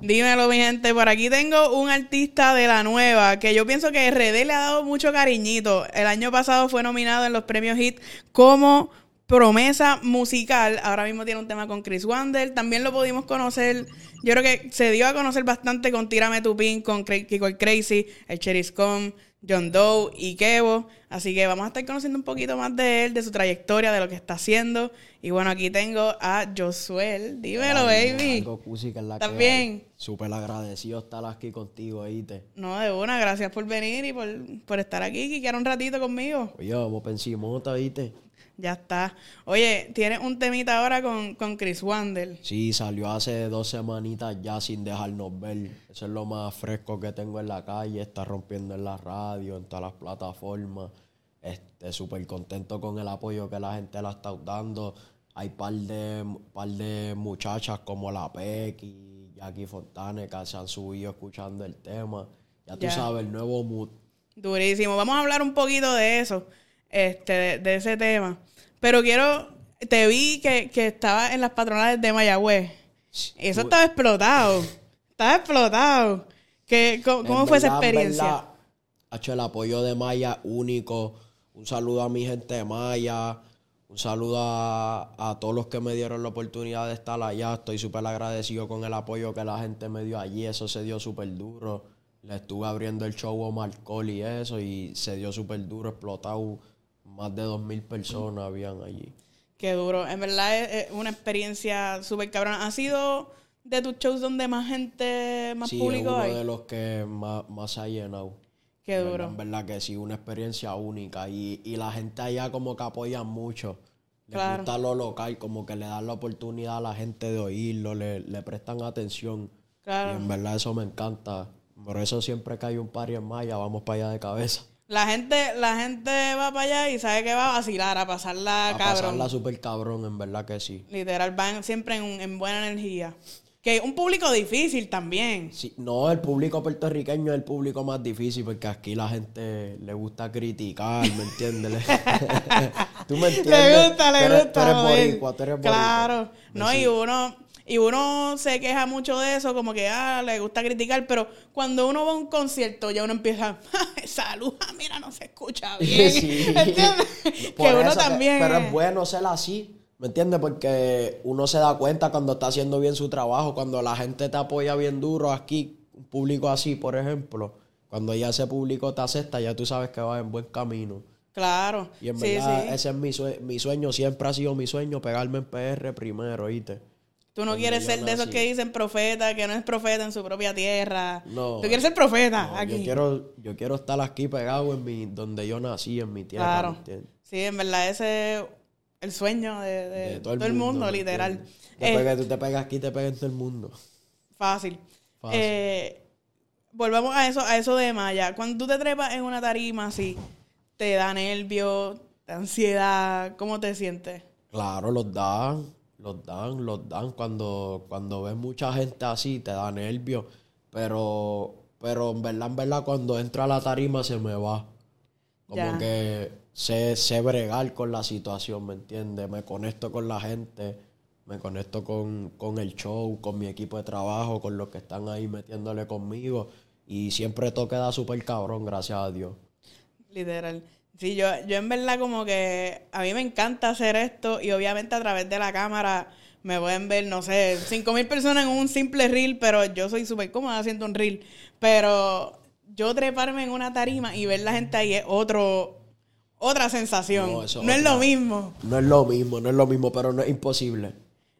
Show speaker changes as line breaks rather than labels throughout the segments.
Dímelo, mi gente. Por aquí tengo un artista de la nueva que yo pienso que RD le ha dado mucho cariñito. El año pasado fue nominado en los premios Hit como promesa musical. Ahora mismo tiene un tema con Chris Wander. También lo pudimos conocer. Yo creo que se dio a conocer bastante con Tírame tu pin, con Cra- Kiko el Crazy, el Cherry's Con, John Doe y Kevo. Así que vamos a estar conociendo un poquito más de él, de su trayectoria, de lo que está haciendo. Y bueno, aquí tengo a Josuel. Dímelo, baby.
Algo cusi que es la que
También.
hay. Súper agradecido estar aquí contigo, oíste.
No, de una, gracias por venir y por, por estar aquí, quiquear un ratito conmigo.
Oye, vos pensimota, oíste.
Ya está. Oye, tienes un temita ahora con, con Chris Wander.
Sí, salió hace dos semanitas ya sin dejarnos ver. Eso es lo más fresco que tengo en la calle. Está rompiendo en la radio, en todas las plataformas. Este, súper contento con el apoyo que la gente la está dando. Hay par de, par de muchachas como la Pequi, Jackie Fontane, que se han subido escuchando el tema. Ya tú
Ya.
sabes, el nuevo mood.
Durísimo. Vamos a hablar un poquito de eso, este, de, de ese tema. Pero quiero, te vi que, que estaba en las patronales de Mayagüez. Eso estaba explotado. Estaba explotado. ¿Qué, co- ¿Cómo,
En
fue esa
verdad, en
experiencia?
verdad, hacho, el apoyo de Maya único. Un saludo a mi gente de Maya. Un saludo a, a todos los que me dieron la oportunidad de estar allá. Estoy súper agradecido con el apoyo que la gente me dio allí. Eso se dio súper duro. Le estuve abriendo el show a Omar Cole y eso. Y se dio súper duro. Explotado. Más de 2.000 personas habían allí.
Qué duro. En verdad es, es una experiencia súper cabrona. ¿Ha sido de tus shows donde más gente, más
sí, es
público
uno
hay?
de los que más, más se ha llenado.
Qué
En
duro.
verdad, En verdad que sí, una experiencia única. Y, y la gente allá como que apoya mucho. Les
Claro.
gusta lo local, como que le dan la oportunidad a la gente de oírlo, le, le prestan atención. Y
Claro.
en verdad eso me encanta. Por eso siempre que hay un party en Maya, vamos para allá de cabeza.
La gente, la gente va para allá y sabe que va a vacilar, a pasarla
a
Ah, cabrón.
pasarla súper cabrón, en verdad que sí.
Literal, van siempre en, en buena energía. Que un público difícil también.
Sí, No, el público puertorriqueño es el público más difícil porque aquí la gente le gusta criticar, ¿me entiendes? Le- ¿Tú me entiendes?
Le gusta, le
Tú eres-
gusta.
Tú eres
joder.
boricua, tú eres boricua. Pues
Claro. No, y uno, y uno se queja mucho de eso, como que ah, le gusta criticar, pero cuando uno va a un concierto, ya uno empieza, salud, ah, mira, no se escucha bien.
Sí.
¿Entiendes?
Por
que uno
eso
también.
pero es bueno ser así, ¿me entiendes? Porque uno se da cuenta cuando está haciendo bien su trabajo, cuando la gente te apoya bien duro aquí, un público así, por ejemplo, cuando ya ese público te acepta, ya tú sabes que vas en buen camino.
Claro.
Y en
Sí,
verdad,
sí.
ese es mi, sue- mi sueño, siempre ha sido mi sueño, pegarme en PR primero, ¿oíste?
Tú no quieres
yo
ser de esos
nací.
que dicen profeta, que no es profeta en su propia tierra.
No.
Tú quieres ser profeta
No,
aquí.
Yo quiero, yo quiero estar aquí pegado en mi, donde yo nací, en mi tierra,
Claro.
¿me entiendes?
Sí, en verdad ese es el sueño de, de
De
Eh, todo el mundo,
¿me
literal.
entiendes?
Eh,
Después que tú te pegas aquí, te pegas en todo el mundo.
fácil.
Fácil.
Eh, volvamos a eso, a eso de Maya. Cuando tú te trepas en una tarima así, te da nervios, te da ansiedad, ¿cómo te sientes?
Claro, los dan, los dan, los dan. Cuando, cuando ves mucha gente así, te da nervios. Pero, pero en verdad, en verdad, cuando entro a la tarima se me va. Como
Ya.
que sé, sé bregar con la situación, ¿me entiendes? Me conecto con la gente, me conecto con, con el show, con mi equipo de trabajo, con los que están ahí metiéndole conmigo. Y siempre todo queda súper cabrón, gracias a Dios.
Literal. Sí, yo, yo en verdad como que a mí me encanta hacer esto y obviamente a través de la cámara me pueden ver, no sé, 5.000 personas en un simple reel, pero yo soy súper cómoda haciendo un reel. Pero yo treparme en una tarima y ver la gente ahí es otro, otra sensación. No,
No, eso es
es
otra.
lo mismo.
No es lo mismo, no es lo mismo, pero no es imposible.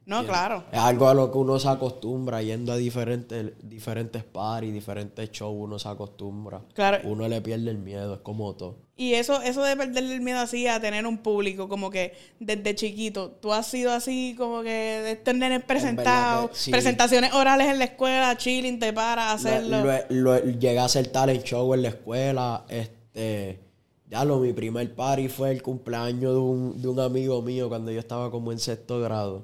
No, claro.
Es algo a lo que uno se acostumbra, yendo a diferentes, diferentes parties, diferentes shows, uno se acostumbra.
Claro.
Uno le pierde el miedo, es como todo.
Y eso, eso de perderle el miedo así a tener un público, como que desde chiquito, tú has sido así, como que de estos nenes presentados,
que sí.
presentaciones orales en la escuela, chilling, te paras a hacerlo.
Lo- lo- lo- llegué a hacer talent show en la escuela. Este, ya lo, mi primer party fue el cumpleaños de un, de un amigo mío cuando yo estaba como en sexto grado,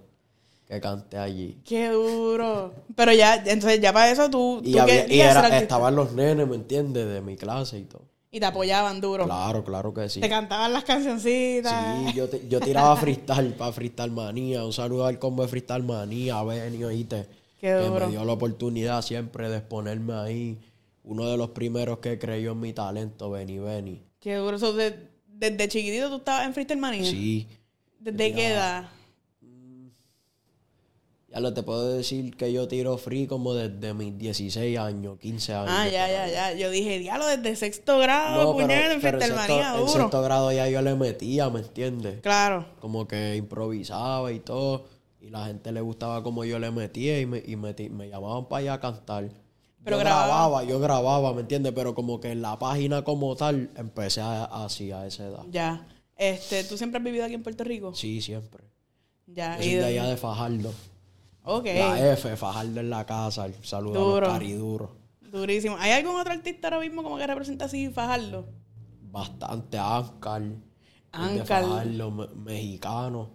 que canté allí.
Qué duro. Pero ya, entonces ya para eso tú,
Y,
tú
había- y
querías
era-
ser artista.
estaban los nenes, ¿me entiendes? De mi clase y todo.
Y te apoyaban duro.
Claro, claro que sí.
Te cantaban las cancioncitas.
Sí, yo, te- yo tiraba freestyle para freestyle manía. Un saludo al combo de freestyle manía, Benio, oíste.
Qué
que me
duro.
dio la oportunidad siempre de exponerme ahí. Uno de los primeros que creyó en mi talento, Benny Benny.
Qué duro. So, de- desde chiquitito tú estabas en Freestyle Manía.
Sí,
¿Desde qué edad?
ya lo te puedo decir que yo tiro free como desde mis 16 años, 15 años.
Ah, ya, ya, ya. Yo dije, diablo, desde sexto grado,
No, pero,
puñal, en
pero en,
Freestyle Manía,
sexto, en
duro.
sexto grado ya yo le metía, ¿me entiendes?
Claro.
Como que improvisaba y todo. Y la gente le gustaba como yo le metía y me, y metí- me llamaban para allá a cantar.
Pero
yo
grababa.
grababa. yo grababa, ¿me entiendes? Pero como que en la página como tal empecé a- así a esa edad.
Ya. Este, ¿tú siempre has vivido aquí en Puerto Rico?
Sí, siempre.
Ya.
Yo
y
soy de
de-
allá de Fajardo.
Ok.
La F, Fajardo en la casa. Saludos a
Duro.
los cariduros.
Durísimo. ¿Hay algún otro artista ahora mismo como que representa así Fajardo?
Bastante Ancar. el De
Ancal.
Fajardo, me- mexicano.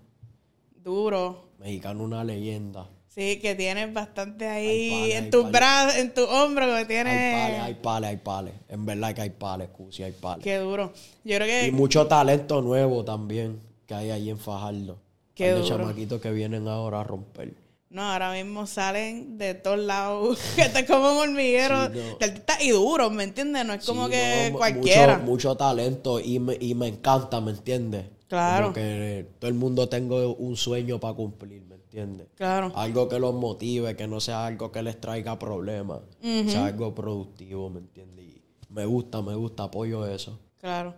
Duro.
Mexicano una leyenda.
Sí, que tienes bastante ahí
Al palo,
en
al
tus
palo.
brazos, en tu hombro, que
Hay pales,
tienes.
hay pales, hay pales. En verdad que hay pales, Cusi, hay pales.
Qué duro. Yo creo
Y
que.
mucho talento nuevo también que hay ahí en Fajardo.
Qué
Hay de
duro.
chamaquitos que vienen ahora a romper.
No, ahora mismo salen de todos lados. Esto es como un hormiguero.
Sí, no.
de artistas y duros, ¿me entiendes? No es como
Sí,
que
no, mu-
cualquiera.
Mucho, mucho talento y me, y me encanta, ¿me entiendes?
Claro.
Como que eh, todo el mundo tengo un sueño para cumplir, ¿me entiendes?
Claro.
Algo que los motive, que no sea algo que les traiga problemas, sea algo productivo, ¿me entiendes? Y me gusta, me gusta, apoyo eso.
Claro.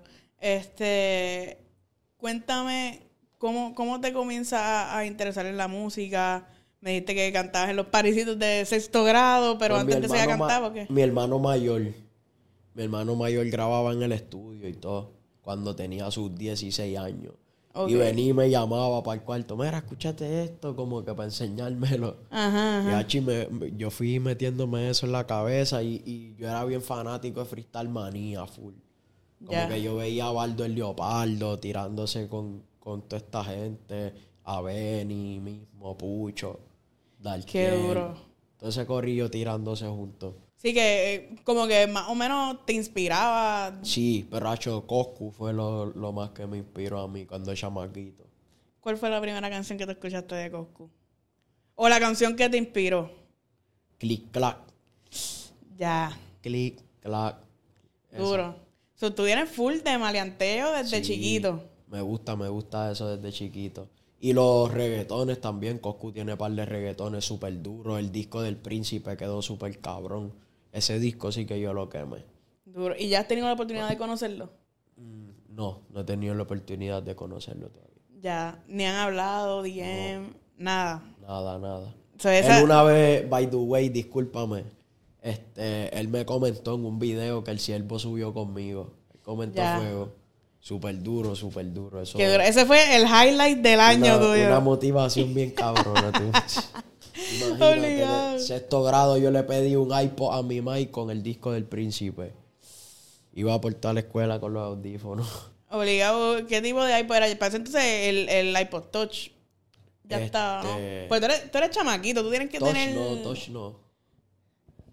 Este, cuéntame cómo, cómo te comienza a, a interesar en la música. Me dijiste que cantabas en los parisitos de sexto grado, pero
Pues mi
antes de ser
hermano ma-
cantar, ¿o qué?
Mi hermano mayor. Mi hermano mayor grababa en el estudio y todo. Cuando tenía sus 16 años.
Ok.
Y venía y me llamaba para el cuarto. Mira, escúchate esto, como que para enseñármelo.
Ajá,
Y
ajá.
achi, me- me- yo fui metiéndome eso en la cabeza y, y yo era bien fanático de freestyle manía, full. Como
Ya.
que yo veía a Baldo el Leopardo tirándose con, con toda esta gente, a Benny mismo, Pucho, Darkiel.
duro.
Todo ese corrillo tirándose juntos.
Sí que eh, como que más o menos te inspiraba.
Sí, pero Acho Coscu fue lo, lo más que me inspiró a mí cuando chamaquito.
¿Cuál fue la primera canción que te escuchaste de Coscu? O la canción que te inspiró.
Clic, clac,
Ya,
clic, clac. Esa.
duro. O sea, tú vienes full de maleanteo desde
Sí,
chiquito.
Me gusta, me gusta eso desde chiquito. Y los reggaetones también. Coscu tiene par de reggaetones súper duros. El disco del príncipe quedó súper cabrón. Ese disco sí que yo lo quemé.
Duro. ¿Y ya has tenido la oportunidad de conocerlo?
Mm, No, no he tenido la oportunidad de conocerlo todavía.
Ya, ni han hablado, DM, nada.
Nada, nada.
O sea, esa-
Él una vez, by the way, discúlpame. Este, él me comentó en un video que el siervo subió conmigo. Él comentó
Ya.
fuego. Súper duro, súper duro. Eso
que dura- ese fue el highlight del año
una,
tuyo.
una motivación bien cabrona, tú. Imagínate,
Obligado.
de sexto grado yo le pedí un iPod a mi Mike con el disco del príncipe. Iba por toda la escuela con los audífonos.
Obligado, ¿qué tipo de iPod era? Para ese entonces el, el iPod Touch ya
Este-
estaba, ¿no? Pues tú eres, tú eres chamaquito, tú tienes que
Touch
tener...
no, touch no.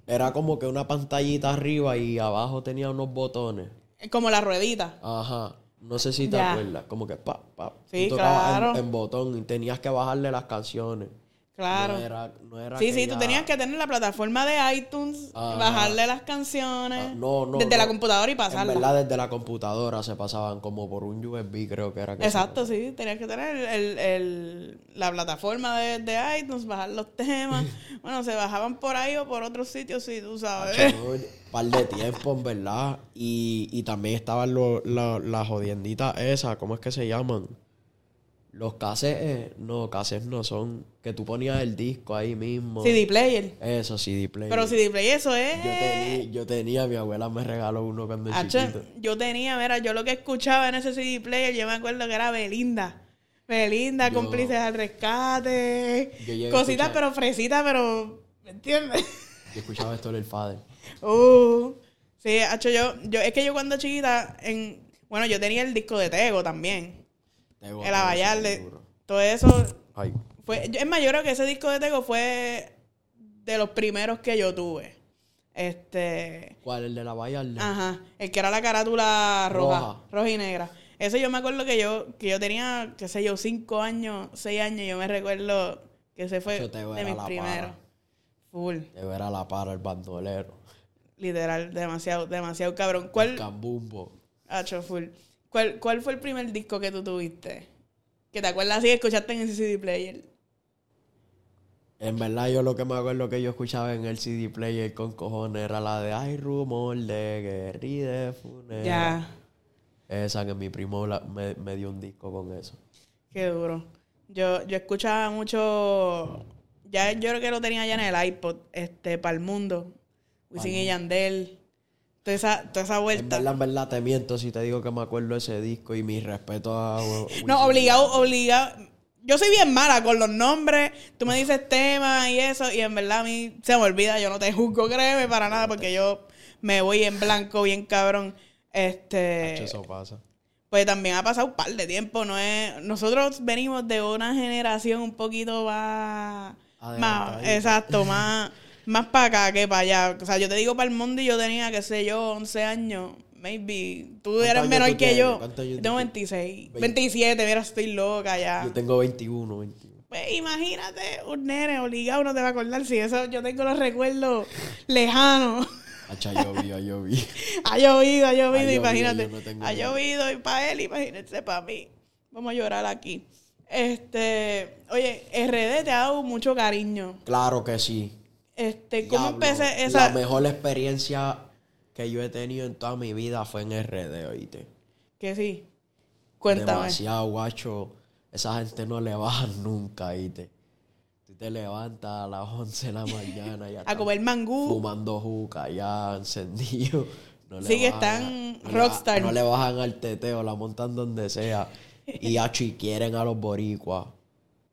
Era como que una pantallita arriba y abajo tenía unos botones.
Como la ruedita.
Ajá. No sé si te
Ya.
acuerdas. Como que pa, pa.
Sí,
tú tocabas
claro.
en, en botón y tenías que bajarle las canciones.
Claro.
No era, no era
sí, sí, tú
aquella-
tenías que tener la plataforma de iTunes,
Ajá.
bajarle las canciones
Ah, no, no,
desde
no.
la computadora y
En
pasarla.
verdad, desde la computadora se pasaban como por un USB, creo que era. Que se-
Exacto, sí, tenías que tener el- el- la plataforma de, de iTunes, bajar los temas. bueno, se bajaban por ahí o por otros sitios, sí, tú sabes.
Chacho, Un par de tiempo, en verdad. Y, y también estaban lo- la- las jodienditas esas, ¿cómo es que se llaman? Los cassettes, no, cassettes no son. Que tú ponías el disco ahí mismo.
CD player.
Eso, CD player.
Pero CD player, eso
yo,
es...
tenía, yo tenía, mi abuela me regaló uno cuando era
Hacho,
chiquito.
yo tenía, mira, yo lo que escuchaba en ese CD player, yo me acuerdo que era Belinda. Belinda,
Yo-
cómplices al rescate.
Yo llegué a
Cositas,
escuchar-
pero fresitas, pero... ¿Me entiendes?
Yo escuchaba esto del Fader.
Uh, sí, hacho, yo, yo, es que yo cuando chiquita, en, bueno, yo tenía el disco de Tego también, el Abayarle, todo eso.
Ay,
Fue, yo- es más, yo creo que ese disco de Tego fue de los primeros que yo tuve. Este,
¿cuál? El de la Bayarle.
ajá, el que era la carátula roja, roja,
Roja.
y negra. Ese yo me acuerdo que yo, que yo tenía, qué sé yo, cinco años, seis años, yo me recuerdo que ese fue
Hacho, Tego
de
era
mis
la
primeros.
para.
Full.
De ver a la para el bandolero.
Literal, demasiado, demasiado cabrón. ¿Cuál,
El cambumbo.
Acho, full. ¿Cuál, ¿Cuál fue el primer disco que tú tuviste? Que te acuerdas así que escuchaste en ese CD player.
En verdad, yo lo que me acuerdo que yo escuchaba en el CD player con cojones era la de Hay rumor de guerra y de
Ya,
funeral. Esa que mi primo la- me, me dio un disco con eso.
qué duro. Yo, yo escuchaba mucho. Ya yo creo que lo tenía ya en el iPod, este, para el mundo. Wisin y Yandel. Toda esa, toda esa
En
vuelta.
verdad, en verdad, te miento si te digo que me acuerdo ese disco y mi respeto a.
No, obligado, obligado. Yo soy bien mala con los nombres. Tú me dices temas y eso. Y en verdad a mí se me olvida. Yo no te juzgo, créeme, para nada. Porque yo me voy en blanco, bien cabrón. Este.
Eso pasa.
Pues también ha pasado un par de tiempo, ¿no es? Nosotros venimos de una generación un poquito más... más
Adelantadita.
exacto, más, más para acá que para allá. O sea, yo te digo para el mundo y yo tenía, qué sé yo, 11 años, maybe. Tú
¿Cuántos
eres
años
menor
tú
que
tienes?
yo.
¿Cuántos años
Yo
tú
tengo
tienes?
26.
Veinte.
27, mira, estoy loca ya.
Yo tengo 21, 21.
Pues imagínate, un nene obligado no te va a acordar si eso yo tengo los recuerdos lejanos.
Hacha, llovió, llovió.
Ha llovido, ha llovido,
Ha llovido,
imagínate.
yo no tengo
ha
idea.
llovido y para él, imagínense para mí. Vamos a llorar aquí. Este, oye, RD te ha dado mucho cariño.
Claro que sí.
Este, ¿cómo
Diablo,
empecé esa?
La mejor experiencia que yo he tenido en toda mi vida fue en RD, oíste.
Que sí. Cuéntame.
Demasiado, guacho. Esa gente no le baja nunca, oíste. Tú te levantas a las 11 de la mañana y
A comer mangú.
fumando juca ya encendido. No
Sí, que
bajan
están
a- no le ba-
rockstar.
No le bajan al teteo, la montan donde sea. Y acho, y quieren a los boricuas.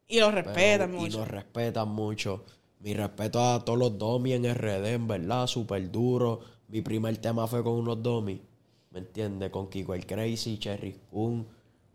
Y los
pero-
respetan
y
mucho.
nos respetan mucho. Mi respeto a todos los domis en RD, en verdad, súper duro. Mi primer tema fue con unos domis, ¿me entiendes? Con Kiko el Crazy, Cherry Kun,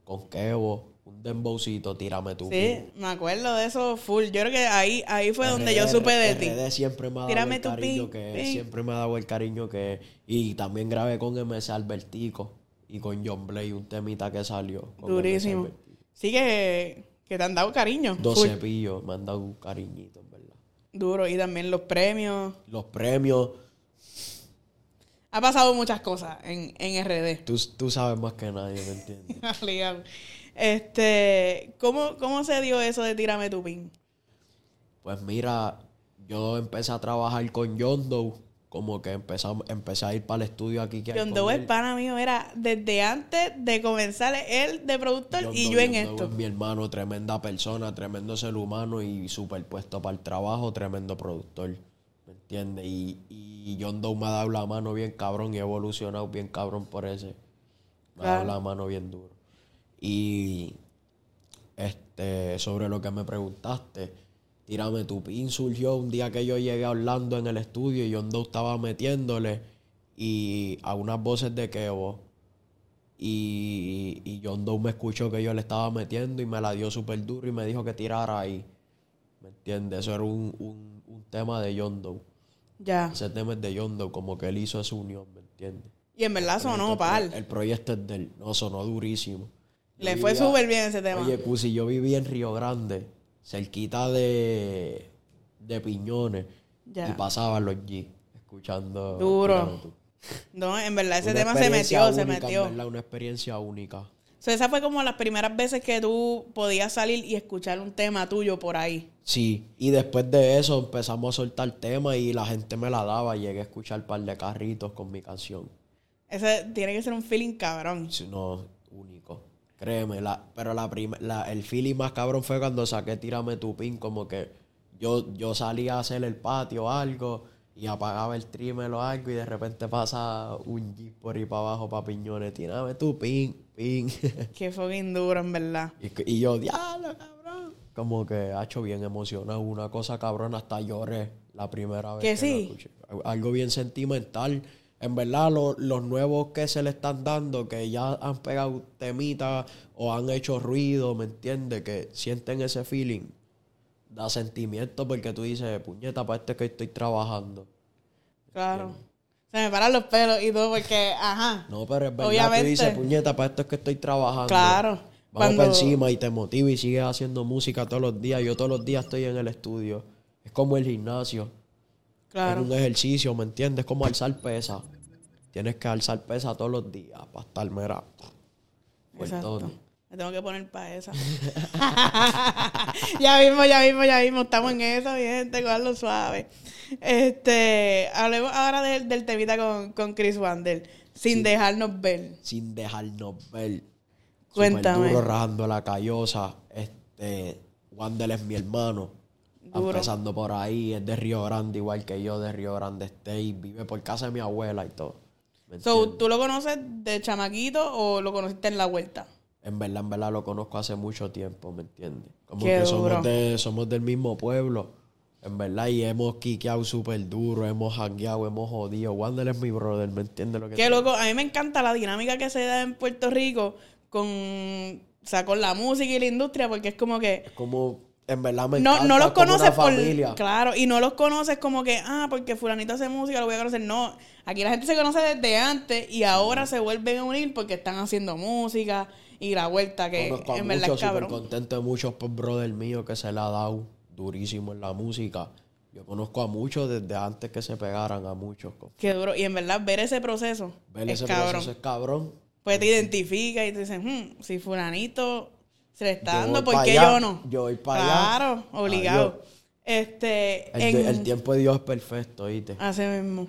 con Kevo, un dembowcito, tírame tu
Sí, me acuerdo de eso full. Yo creo que ahí, ahí fue donde yo
RD,
supe de ti.
RD siempre me ha dado
Tírame
el
tu
cariño
pin,
que
pin.
siempre me ha dado el cariño que es. y también grabé con MS Albertico y con John Blay un temita que salió con
Durísimo.
MS Albertico.
Sí que, que te han dado cariño.
Dos
full.
cepillos me han dado un cariñito, en verdad.
Duro. Y también los premios.
Los premios,
Ha pasado muchas cosas en, en RD.
tú, tú sabes más que nadie, ¿me entiendes?
Obligado. este, ¿cómo, ¿cómo se dio eso de tírame tu pin?
Pues mira, yo empecé a trabajar con John Doe, como que empezam- empecé a ir para el estudio aquí que hay
John
con
Doe es
él.
pana mío, era desde antes de comenzar él de productor
John
y
Doe,
yo en
John Doe
esto.
es mi hermano, tremenda persona, tremendo ser humano y superpuesto para el trabajo, tremendo productor. ¿Me entiendes? Y, y John Doe me ha dado la mano bien cabrón y he evolucionado bien cabrón por ese. Me ha dado
Claro.
la mano bien duro. Y este, sobre lo que me preguntaste, tírame tu pin surgió un día que yo llegué a Orlando en el estudio y John Doe estaba metiéndole y a unas voces de Kevo. Y, y John Doe me escuchó que yo le estaba metiendo y me la dio súper duro y me dijo que tirara ahí. ¿Me entiendes? Eso era un, un- un tema de John Doe.
Ya.
Ese tema es de John Doe, como que él hizo esa unión, ¿me entiendes?
Y en verdad sonó pal.
El proyecto es del. No, sonó durísimo.
Le
Yo
fue
vivía-
súper bien ese tema.
Oye, Cusi, yo vivía en Río Grande, cerquita de, de Piñones,
Ya.
y pasaban los G, escuchando.
Duro.
Tírame tú.
no, en verdad ese
Una
tema se
experiencia
metió, se
única, en
metió.
verdad, una experiencia única.
O sea, esa fue como las primeras veces que tú podías salir y escuchar un tema tuyo por ahí.
Sí, y después de eso empezamos a soltar temas y la gente me la daba. Llegué a escuchar un par de carritos con mi canción.
Ese tiene que ser un feeling cabrón.
Si No, único. Créeme, la, pero la prim- la- el feeling más cabrón fue cuando saqué Tírame tu pin, como que yo, yo salía a hacer el patio o algo y apagaba el trimel o algo y de repente pasa un jeep por ahí para abajo para piñones, Tírame tu pin, pin.
Que fucking duro, en verdad.
y, que- y yo, diablo, cabrón. Como que ha hecho bien emocionado, una cosa cabrón, hasta lloré la primera vez.
Que
lo
sí.
escuché. Algo bien sentimental. En verdad, lo- los nuevos que se le están dando, que ya han pegado temitas o han hecho ruido, ¿me entiendes? Que sienten ese feeling. Da sentimiento porque tú dices, puñeta, para este que estoy trabajando.
Claro. Se me paran los pelos y todo porque, ajá.
No, pero es verdad,
Obviamente.
tú dices, puñeta, para esto es que estoy trabajando.
Claro.
Vas
Cuando-
para encima y te motiva y sigues haciendo música todos los días. Yo todos los días estoy en el estudio. Es como el gimnasio.
Claro.
Es un ejercicio, ¿me entiendes? Como alzar pesa. Tienes que alzar pesa todos los días para estar, mera.
Exacto. Me tengo que poner para esa. ya mismo, ya mismo, ya mismo. Estamos en eso, mi gente, cogerlo suave. Este, hablemos ahora de- del temita con, con Chris Wander. Sin dejarnos ver.
sin dejarnos ver.
Cuéntame.
Súper duro rajando la callosa. Este, Wander es mi hermano.
Duro.
Empezando por ahí, es de Río Grande, igual que yo, de Río Grande State. Vive por casa de mi abuela y todo. ¿Me
So,
entiendes?
¿tú lo conoces de chamaquito o lo conociste en la vuelta?
En verdad, en verdad lo conozco hace mucho tiempo, ¿me entiendes? Como
Qué
que
duro.
somos, de- somos del mismo pueblo. En verdad, y hemos quiqueado súper duro, hemos jangueado, hemos jodido. Wander es mi brother, ¿me entiendes lo que
Qué
te-
loco, a mí me encanta la dinámica que se da en Puerto Rico con, o sea, con la música y la industria, porque es como que
Es como, en verdad me
no, no
encanta,
los
es Pues como una
conoces por.
familia.
Claro, y no los conoces como que, ah, porque Fulanito hace música, lo voy a conocer. No, aquí la gente se conoce desde antes y ahora se vuelven a unir porque están haciendo música y la vuelta que
Conozco a
en verdad
muchos,
es
súper
cabrón.
contento de muchos pues, brother míos que se le ha dado durísimo en la música. Yo conozco a muchos desde antes que se pegaran a muchos. co-
Qué duro. Y en verdad, ver ese proceso
Ver
es
ese
cabrón.
proceso es cabrón.
Pues te identifica y te dicen, "Hmm, si Fulanito se le está
Yo
dando,
voy
¿por
pa'
qué
allá,
yo no?
yo voy pa'
Claro,
allá.
obligado.
Adiós.
Este.
El,
en-
de- el tiempo de Dios es perfecto, ¿viste?
Así mismo.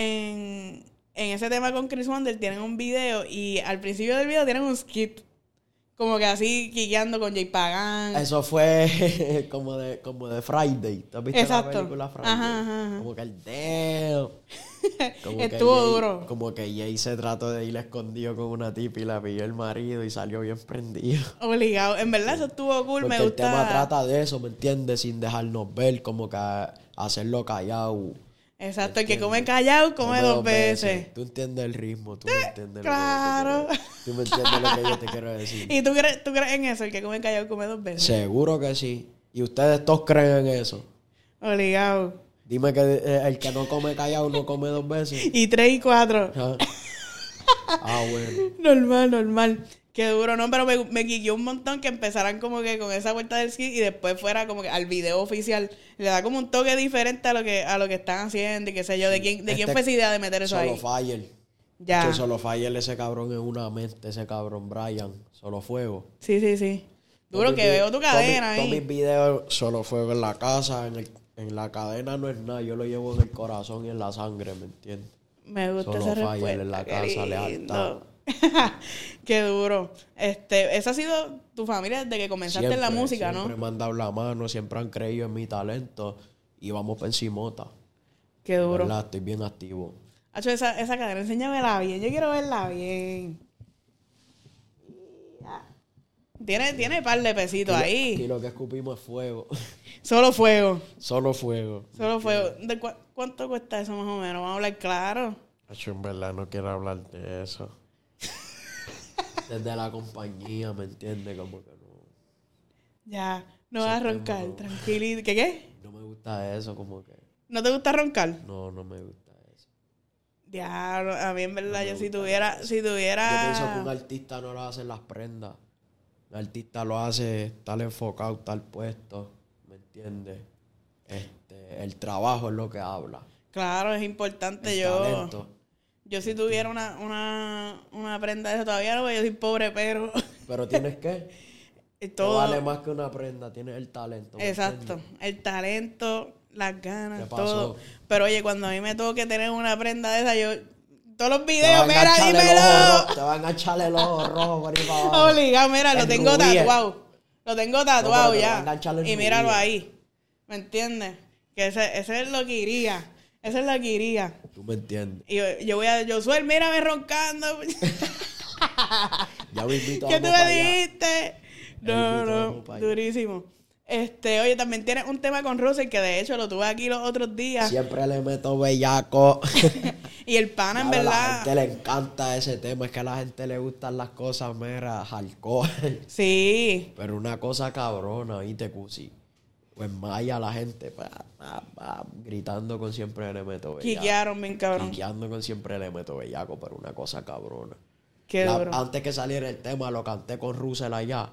En, en ese tema con Chris Wander tienen un video y al principio del video tienen un skit. Como que así, quiqueando con Jay Pagan.
Ah, Eso fue como de, como de Friday. ¿Tú has visto
Exacto.
la película Friday?
Ajá, ajá, ajá.
Como que el dedo. Como que
Estuvo
Jay-
duro.
Como que Jay se trató de ir escondido con una tipa y la pilló el marido y salió bien prendido.
Obligado. En verdad, eso estuvo cool.
Porque
me
el
gusta.
tema trata de eso, ¿me entiendes? Sin dejarnos ver, como que hacerlo callado.
Exacto, el que come callado come, dos, veces.
Tú entiendes el ritmo, tú me entiendes
claro.
lo que yo te quiero- Tú me entiendes lo que yo te quiero decir.
¿Y tú crees, tú crees en eso? El que come callado come dos veces.
Seguro que sí. Y ustedes todos creen en eso.
Obligado.
Dime que eh, el que no come callado no come dos veces.
Y tres y cuatro.
Ah, Ah, bueno.
Normal, normal. Qué duro, no, pero me, me quiqueó un montón que empezaran como que con esa vuelta del skit y después fuera como que al video oficial. Le da como un toque diferente a lo que, a lo que están haciendo y qué sé yo. ¿De quién, de quién
Este-
fue esa idea de meter eso
Solo
ahí?
Fire.
Ya.
Yo Solo Fire, ese cabrón es una mente, ese cabrón Brian. Solo Fuego.
Sí, sí, sí. Duro
Todos
que
mis-
veo tu
todos
cadena
mis- Todos mis
ahí.
videos solo fuego en la casa, en, el- en la cadena no es nada, yo lo llevo en el corazón y en la sangre, ¿me entiendes?
Me gusta
Solo
esa respuesta.
fire en la
qué
casa,
lindo. qué duro. Este, esa ha sido tu familia desde que comenzaste en la música,
siempre
¿no?
me han dado la mano, siempre han creído en mi talento y vamos por encimota.
Qué duro.
¿verdad? Estoy bien activo.
Hacho, esa, esa cadena, enséñamela bien. Yo quiero verla bien. Tiene, tiene par de pesitos
Y
ahí.
lo que escupimos es fuego.
Solo fuego.
solo fuego.
Solo fuego. ¿De cua- ¿Cuánto cuesta eso más o menos? Vamos a hablar claro.
Yo en verdad no quiero hablar de eso. Desde la compañía, ¿me entiendes? Como que no,
Ya. No vas a roncar. Tranquilito. ¿Qué qué?
no me gusta eso, como que
¿No te gusta roncar?
no, no me gusta eso.
Diablo, a mí en verdad,
No me
yo si
gusta
tuviera, si
Yo pienso que
tuviera.
un artista no lo hace en las prendas. Un artista lo hace tal enfocado, tal puesto, ¿me entiendes? Este, el trabajo es lo que habla.
Claro, es importante.
El
yo.
talento.
Yo si tuviera una, una, una prenda de eso todavía no, porque yo soy pobre, pero.
Pero tienes que.
todo.
No vale más que una prenda, tienes el talento. ¿me
Exacto,
entiendes?
el talento, las ganas,
¿Qué pasó?
todo. Pero oye, cuando a mí me toque tener una prenda de esa, yo todos los
Te va
videos,
a
mira,
engancharle el ojo rojo,
dímelo.
te van a echarle el ojo rojo por ahí para abajo.
Obligado, mira, lo
El
tengo
rubí, el-
tatuado. Lo tengo
eh. No,
tatuado
pero te va a
ya.
enganchar el
Y míralo
rubí.
ahí. ¿Me entiendes? Que ese, ese es lo que iría. Ese es lo que iría.
Tú me entiendes.
Y yo, yo voy a, yo suel, mírame roncando.
Ya me invito
¿Qué tú
vamos para
me
allá.
dijiste?
Ahí
No,
invito,
no,
vamos pa' allá.
durísimo. Este, oye, también tienes un tema con Russell que de hecho lo tuve aquí los otros días.
Siempre le meto bellaco.
Y el pana, en
Claro, A la
verdad.
gente le encanta ese tema, es que a la gente le gustan las cosas mera, hardcore.
Sí,
Pero una cosa cabrona, ¿viste, Cusi? Pues maya la gente, pa, pa, pa, gritando con siempre le meto bellaco.
quiquearon bien cabrón.
Quiqueando con siempre le meto bellaco, pero una cosa cabrona.
Qué
La-
duro.
antes que saliera el tema, lo canté con Russell allá.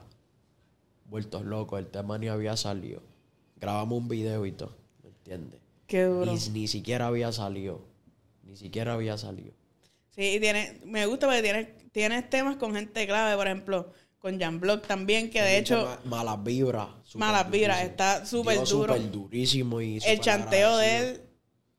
Vueltos locos, el tema ni había salido. Grabamos un video y todo, ¿me entiendes?
Qué duro.
Ni, ni siquiera había salido. Ni siquiera había salido.
Sí, y tiene, me gusta porque tienes, tienes temas con gente clave, por ejemplo, con Jan Block también, que de hecho,
Ma- malas vibras. súper
Malas vibras,
durísimo.
está súper
Dio
duro.
súper durísimo y
el
súper
chanteo de
agradecido.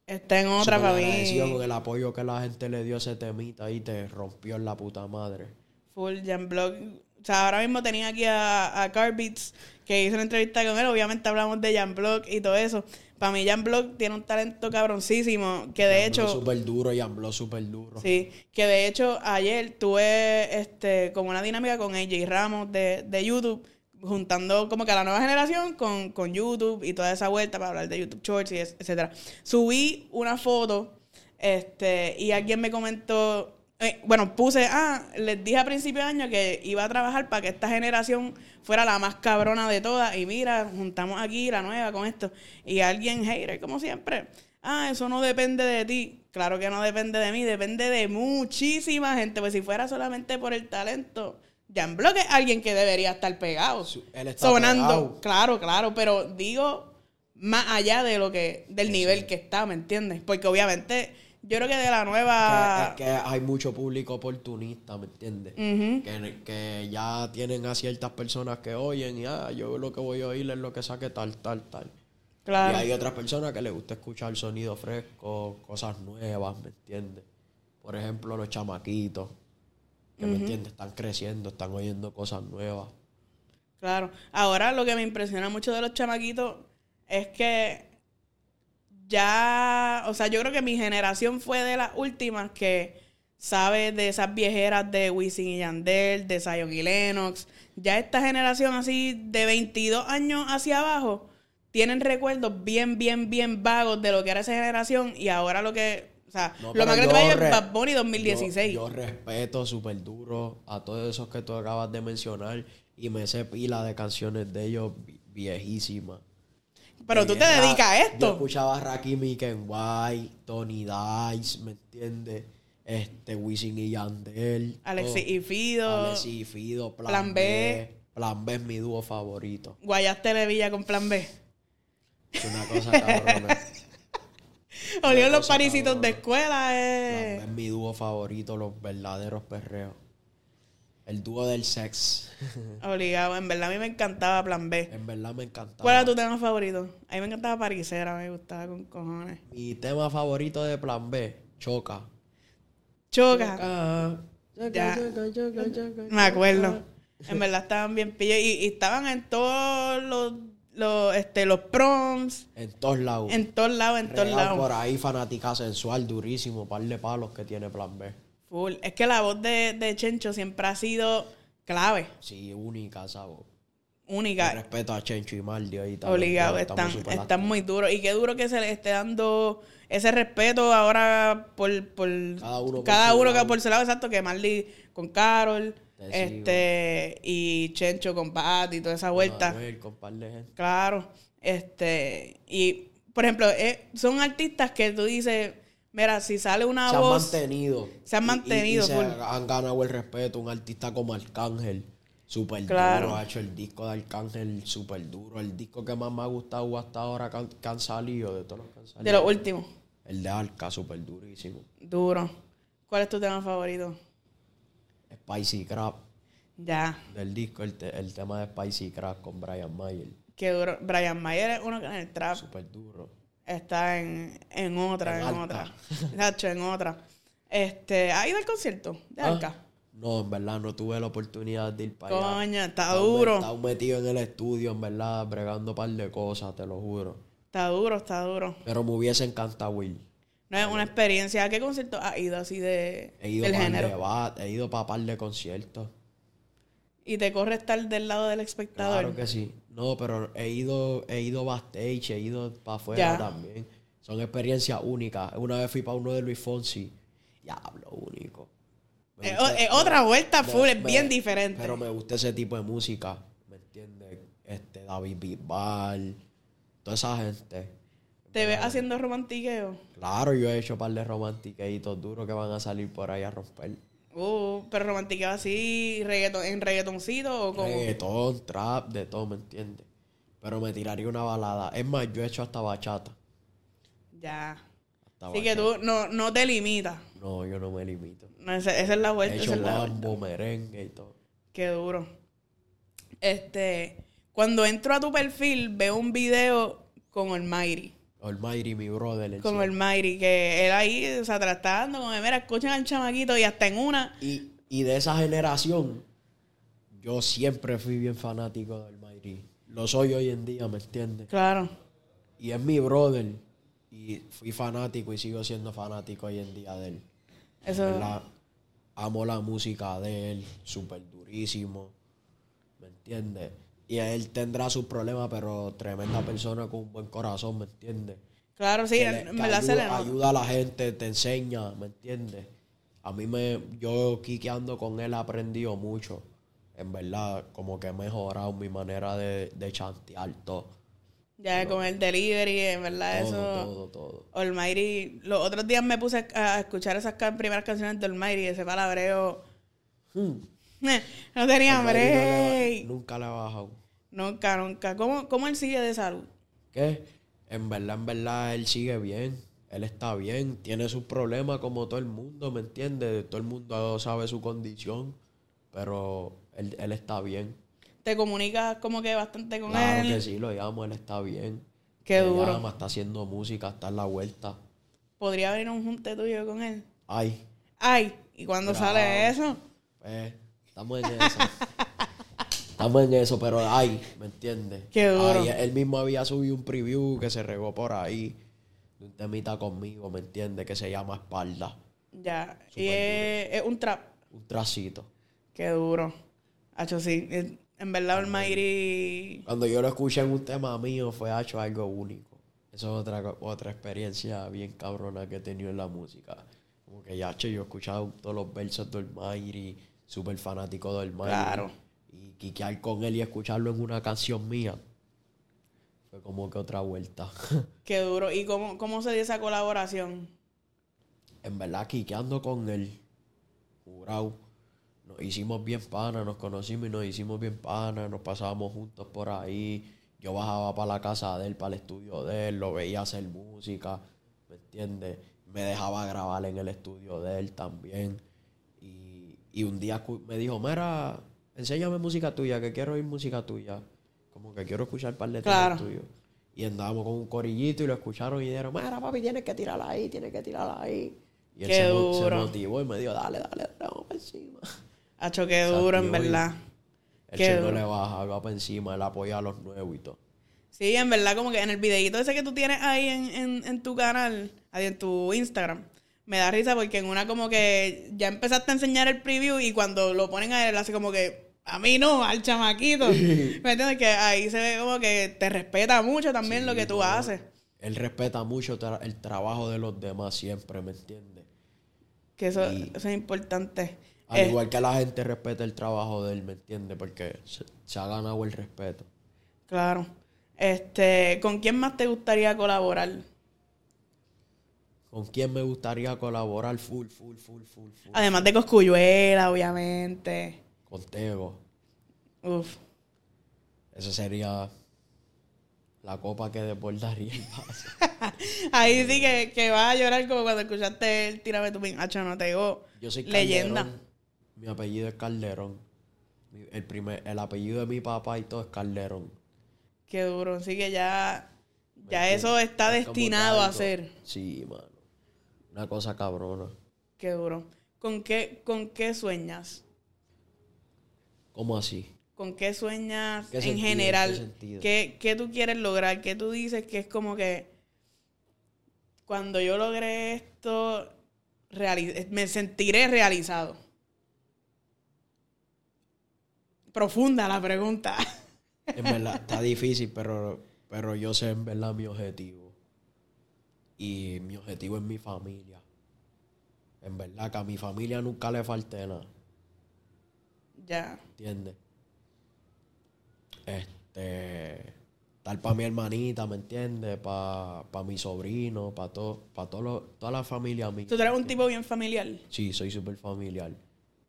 él está en otra
Súper
para
agradecido con
mí.
el apoyo que la gente le dio a ese temita y te rompió en la puta madre.
Full Jan Block. O sea, ahora mismo tenía aquí a, a Carbeats, que hizo una entrevista con él. Obviamente hablamos de Jan Block y todo eso. Para mí, Jan Block tiene un talento cabroncísimo. Que de hecho.
Súper duro y habló súper duro.
Sí, que de hecho ayer tuve este como una dinámica con AJ Ramos de, de YouTube, juntando como que a la nueva generación con, con YouTube y toda esa vuelta para hablar de YouTube Shorts y es- etcétera. Subí una foto este y alguien me comentó, eh, bueno, puse, ah, les dije a principio de año que iba a trabajar para que esta generación fuera la más cabrona de todas y mira, juntamos aquí la nueva con esto y alguien hater como siempre. Ah, eso no depende de ti. Claro que no depende de mí, depende de muchísima gente. Pues si fuera solamente por el talento, Jan Block es alguien que debería estar pegado.
Su- él está
sonando.
pegado.
Claro, claro, pero digo más allá de lo que del nivel que está, ¿me entiendes? Porque obviamente yo creo que de la nueva
Que, es que hay mucho público oportunista, ¿me entiendes?
Ujú.
que, que ya tienen a ciertas personas que oyen y ah, yo lo que voy a oír es lo que saque tal, tal, tal.
claro.
Y hay otras personas que les gusta escuchar sonido fresco, cosas nuevas, ¿me entiendes? Por ejemplo, los chamaquitos, que me entiendes, están creciendo, están oyendo cosas nuevas.
Claro. Ahora lo que me impresiona mucho de los chamaquitos es que ya, o sea, yo creo que mi generación fue de las últimas que sabe de esas viejeras de Wisin y Yandel, de Zion y Lennox. Ya esta generación así de 22 años hacia abajo tienen recuerdos bien, bien, bien vagos de lo que era esa generación y ahora lo que, o sea,
No,
lo
pero
más grande
yo
para ellos es
re-
Bad Bunny 2016.
Yo, yo respeto súper duro a todos esos que tú acabas de mencionar y me sé pila de canciones de ellos vi- viejísimas.
Pero tú te
Era-
dedicas a
Yo
esto.
escuchaba a Rakim Kenway, Tony Dice, ¿me entiendes? Este, Wisin y Yandel.
Alexis
todo.
y Fido.
Alexis y Fido, Plan,
Plan B.
B. Plan B es mi dúo favorito.
Guayaste Levilla con plan B.
Es una cosa cabrona.
Olieron
Una
los
cosa
parisitos de
cabrona.
escuela,
Plan B
eh.
es mi dúo favorito, los verdaderos perreos. El dúo del sex.
Obligado. En verdad a mí me encantaba Plan B.
En verdad me encantaba.
¿Cuál era tu tema favorito? A mí me encantaba Parisera, me gustaba con cojones.
Mi tema favorito de Plan B, Choca.
Choca.
Choca.
Ya.
Choca, choca, choca, choca,
Me acuerdo.
choca.
En verdad estaban bien pillos. Y, y estaban en todos los, los, este, los proms.
En todos lados.
En todos lados, en todos
Regado por
lados.
ahí, fanática sensual, durísimo, par de palos que tiene Plan B.
Full. Es que la voz de, de Chencho siempre ha sido clave,
Sí, única, ¿sabes? Yo
única.
respeto a Chencho y Maldio ahí también.
Obligado,
ya,
están,
súper
están
activos.
muy duros. Y qué duro que se les esté dando ese respeto ahora por, por
Cada uno por
cada
su
uno que
lado.
por su lado, exacto, que Marley con Carol,
Te
este, y Chencho con Pat y toda esa vuelta.
Manuel, con par de gente.
Claro. Este, y por ejemplo, eh, son artistas que tú dices, mira, si sale una
Se han
voz.
mantenido.
se han
Y- y-
mantenido,
Y, se
full.
han ganado el respeto. Un artista como Arcángel, súper
Claro.
duro. Ha hecho el disco de Arcángel, súper duro. El disco que más me ha gustado hasta ahora que han, que han salido, de todos los que han salido.
De los últimos.
El de Arca, súper durísimo.
Duro. ¿Cuál es tu tema favorito?
Spicy Crab,
Ya.
del disco, el, te- el tema de Spicy Crab con Brian Mayer.
Qué duro. Brian Mayer es uno que en el trap.
Súper duro.
está en, en otra, en,
En
otra.
Alca.
Nacho, en otra. Este, ahí del concierto de
Ah,
Alca.
No, en verdad no tuve la oportunidad de ir para allá.
Coño, está
Estaba met-
duro.
Estaba metido en el estudio, en verdad, bregando un par de cosas, te lo juro.
Está duro, está duro.
Pero me hubiese encantado ir.
No es una experiencia. ¿A qué concierto has ido así de
He ido
del género?
para he ido para par de conciertos.
Y te corre estar del lado del espectador.
Claro que sí. No, pero he ido, he ido backstage, he ido para afuera
Ya.
también. Son experiencias únicas. Una vez fui para uno de Luis Fonsi. Diablo, único. Me
Eh,
gusta-
o- eh, otra vuelta
me-
full, es
me-
bien diferente.
Pero me gusta ese tipo de música. ¿Me entiendes? Este, David Bisbal, toda esa gente.
Te ves haciendo romantiqueo.
Claro, yo he hecho un par de romantiqueitos duros que van a salir por ahí a romper.
Uh, pero romantiqueo así, reggaeton, en reggaetoncito o como.
Reggaetón, trap, de todo, ¿me entiendes? Pero me tiraría una balada. Es más, yo he hecho hasta bachata.
Ya.
Hasta
Así que tú no, no te limitas.
bachata. No, yo no me limito.
No, esa, esa es la
He
vuelta. esa
hecho
es Pues, la vuelta.
mambo, merengue y todo.
Qué duro. Este, cuando entro a tu perfil, veo un video con Almighty.
Almighty, mi brother. el
Con Almighty, que él ahí, o sea, tratando con él, mira, escuchen al chamaquito y hasta en una.
Y, y de esa generación, yo siempre fui bien fanático del Mayri. Lo soy hoy en día, ¿me entiendes?
Claro.
Y es mi brother. Y fui fanático y sigo siendo fanático hoy en día de él.
Eso-
En verdad, amo la música de él, súper durísimo. ¿Me entiendes? Y él tendrá sus problemas, pero tremenda persona con un buen corazón, ¿me entiendes?
Claro, sí,
que le-
en
que
verdad se le
ayuda,
nota.
ayuda a la gente, te enseña, ¿me entiendes? A mí me, yo quiqueando con él he aprendido mucho. En verdad, como que he mejorado mi manera de, de chantear todo.
Ya con el delivery, en verdad,
Todo,
eso.
todo, todo.
Almighty, los otros días me puse a a escuchar esas can- primeras canciones de Almighty, ese palabreo.
Hmm.
No tenía
Almighty
break.
no le ba- nunca le he bajado.
Nunca, nunca. ¿Cómo, ¿Cómo él sigue de salud?
¿Qué? En verdad, en verdad, él sigue bien. Él está bien. Tiene sus problemas como todo el mundo, ¿me entiendes? Todo el mundo sabe su condición. Pero él, él está bien.
Te comunicas como que bastante con
Claro
él.
que sí, lo llamo, él está bien.
Qué
Me
duro.
llama, está haciendo música, está en la vuelta.
Podría venir un junte tuyo con él.
Ay,
Ay, ¿y cuándo
Bravo.
sale eso?
pues, estamos en eso. estamos en eso, pero ay, ¿me entiendes?
Qué duro.
Ay, él mismo había subido un preview que se regó por ahí. De un temita conmigo, ¿me entiendes? Que se llama Espalda.
Ya. y es, es un trap.
Un tracito.
Qué duro. Hacho, sí. En- En verdad, Almighty.
Cuando yo lo escuché en un tema mío, fue hecho algo único. Eso es otra, co- otra experiencia bien cabrona que he tenido en la música. Como que ya, che, yo he escuchado todos los versos de Almighty, súper fanático de Almighty.
Claro.
Y quiquear con él y escucharlo en una canción mía. Fue como que otra vuelta.
Qué duro. ¿Y cómo, cómo se dio esa colaboración?
en verdad, quiqueando con él, jurado, nos hicimos bien panas, nos conocimos y nos hicimos bien panas, nos pasábamos juntos por ahí. Yo bajaba para la casa de él, para el estudio de él, lo veía hacer música, ¿me entiendes? Me dejaba grabar en el estudio de él también. Y, y un día escu- me dijo, mira, enséñame música tuya, que quiero oír música tuya. Como que quiero escuchar un par de temas
Claro.
tuyos. Y andábamos con un corillito y lo escucharon y dijeron, mira papi, tienes que tirarla ahí, tienes que tirarla ahí. Y él
Qué
se, mo- se
duro.
motivó y me dijo, dale, dale, dale, vamos para encima.
Hacho, qué
Se
duro, en
activó y-
verdad.
El
Qué
chico
duro.
le baja, va para encima, él apoya a los nuevos y todo.
Sí, en verdad, como que en el videíto ese que tú tienes ahí en, en, en tu canal, ahí en tu Instagram, me da risa porque en una como que ya empezaste a enseñar el preview y cuando lo ponen a él, hace como que, a mí no, al chamaquito. ¿Me entiendes? Que ahí se ve como que te respeta mucho también lo que tú haces.
Él respeta mucho tra- el trabajo de los demás siempre, ¿me entiendes?
Que eso,
Y-
eso es importante.
Al
Eh,
igual que la gente respeta el trabajo de él, ¿me entiendes? Porque se, se ha ganado el respeto.
Claro. Este, ¿con quién más te gustaría colaborar?
¿Con quién me gustaría colaborar? Full, full, full, full, full.
Además de Coscuyuela, obviamente.
Con Tego.
Uf.
Eso sería la copa que desbordaría el vaso.
Ahí sí que, que vas a llorar como cuando escuchaste el Tírame tu pinhacho, no te digo.
Yo soy
Leyenda.
Calderón. Mi apellido es Calderón. Mi- El, primer, el apellido de mi papá y todo es Calderón.
Qué duro. Así que ya,
¿me
ya
entiendes?
eso está
Pues Es como que
destinado a
algo-
ser.
Sí, mano. Una cosa cabrona.
Qué duro. ¿Con qué, ¿Con qué sueñas?
¿Cómo así?
¿Con qué sueñas
¿Qué
en
sentido? ¿En qué
general?
sentido?
¿Qué, qué tú quieres lograr? ¿Qué tú dices que es como que cuando yo logré esto, reali- me sentiré realizado? Profunda la pregunta.
En verdad, está difícil, pero, pero yo sé en verdad mi objetivo. Y mi objetivo es mi familia. En verdad, que a mi familia nunca le falte nada.
ya.
¿Entiendes? Este. Tal para mi hermanita, ¿me entiendes? Para pa mi sobrino, para todo, para toda la familia mía.
Tú eres un tipo bien familiar.
Sí, soy súper familiar.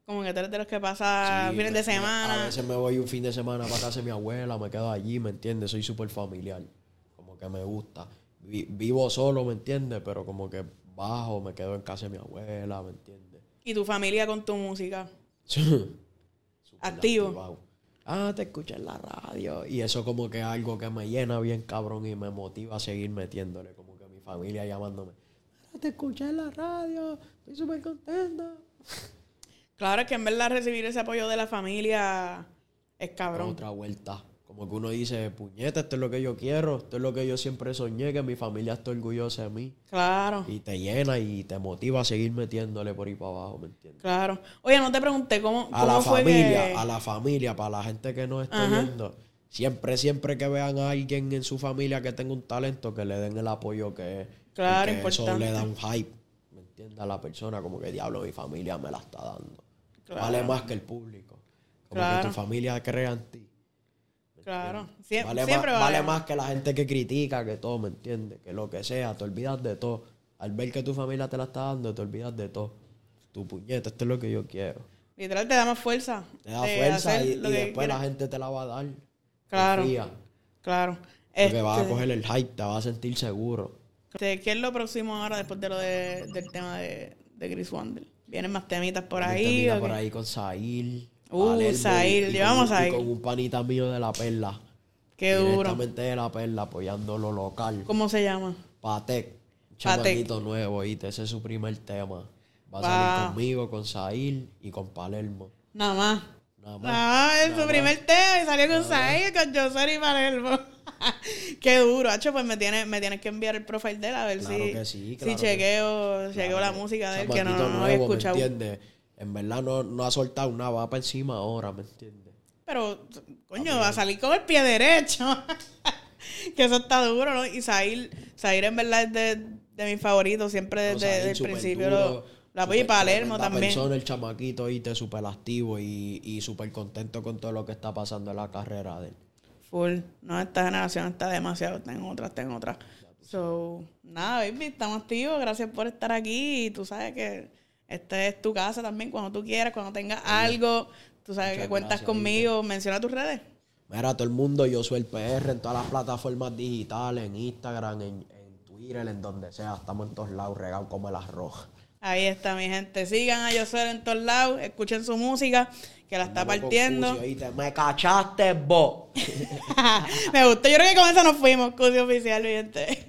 Como que tú eres de los que pasa
Sí,
Ah, fines de
me- A
semana.
veces me voy un fin de semana para casa de mi abuela, me quedo allí, ¿me entiendes? Soy súper familiar. Como que me gusta. vi- vivo solo, ¿me entiendes? Pero como que bajo, me quedo en casa de mi abuela, ¿me entiendes?
Y tu familia con tu música.
Súper
Activo.
Ah, te escuché en la radio. Y eso como que es algo que me llena bien cabrón y me motiva a seguir metiéndole. Como que mi familia llamándome. "Ah, te escuché en la radio. Estoy súper contenta.
Claro, es que en verdad recibir ese apoyo de la familia es
Pero
cabrón.
otra vuelta. Como que uno dice, puñeta, esto es lo que yo quiero. Esto es lo que yo siempre soñé, que mi familia esté orgullosa de mí.
Claro,
Y te llena y te motiva a seguir metiéndole por ahí para abajo, ¿me entiendes?
claro. Oye, no te pregunté cómo,
A
cómo
la
fue
familia,
que...
a la familia, para la gente que nos está
Ajá.
viendo. Siempre, siempre que vean a alguien en su familia que tenga un talento, que le den el apoyo que es.
Claro,
porque Eso
importante.
le da un hype, ¿me entiendes? A la persona, como que diablo, mi familia me la está dando.
Claro.
Vale más que el público. Como que
Claro.
tu familia crea en ti.
Claro, Sie-
vale
siempre
más,
vale
vale más que la gente que critica, que todo, ¿me entiendes? Que lo que sea, te olvidas de todo. Al ver que tu familia te la está dando, te olvidas de todo. Tu puñeta, esto es lo que yo quiero.
Literal te da más fuerza.
Te da
de
fuerza
hacer
y, y
lo
después
que
la
quieras.
gente te la va a dar.
Claro.
Confía,
Claro.
porque vas a
Este,
coger el hype, te vas a sentir seguro.
este, ¿Qué es lo próximo ahora después de lo de- del tema de, de Chris Wandel? ¿Vienen más temitas por
Te
ahí?
mira
o
por
qué?
ahí con Sahil.
Uh,
Palermo y-
Sahil,
y con
llevamos
un- y
Sahil.
Con un panita mío de la perla.
Qué duro.
Directamente de la perla, apoyando lo local.
¿Cómo se llama?
Patek, un
Patek.
chamaquito nuevo, ¿viste? Ese es su primer tema. Va
Wow.
a salir conmigo, con Sahil y con Palermo.
Nada más.
Nada más.
Ah, en su primer tema y salió con Saí, con José y Palermo. Qué duro, hacho, pues me tienes, me tienes que enviar el profile de él a ver
Claro
si,
que sí,
si
claro que-
chequeo, chequeo la música de él que no,
Chamaquito
no había
nuevo,
escuchado.
¿Me entiendes? En verdad no, no ha soltado una vapa encima ahora, ¿me entiendes?
Pero, coño, va a salir con el pie derecho. que eso está duro, ¿no? Y Zahir, Zahir en verdad es de, de mis favoritos, siempre
O
desde,
sea, él
desde el
súper
principio.
duro,
lo- lo apoyo y
súper
Palermo
tremenda
también.
persona, el chamaquito, ¿viste? Súper activo y, y súper contento con todo lo que está pasando en la carrera de él.
Full. No, esta generación está demasiado. Tengo otras, tengo otras. So, nada, baby, estamos activos. Gracias por estar aquí. Y tú sabes que esta es tu casa también. Cuando tú quieras, cuando tengas algo, tú sabes
Muchas
que cuentas
gracias,
conmigo. Menciona tus redes.
Mira, todo el mundo, yo soy el PR en todas las plataformas digitales, en Instagram, en, en Twitter, en donde sea. Estamos en todos lados, regados como el arroz.
Ahí está, mi gente. Sigan a Josué en todos lados. Escuchen su música, que la está
Andamos
partiendo.
Confucio, ¿oíste? Me cachaste, vos.
Me gustó. Yo creo que con eso nos fuimos. Cusi oficial, mi gente.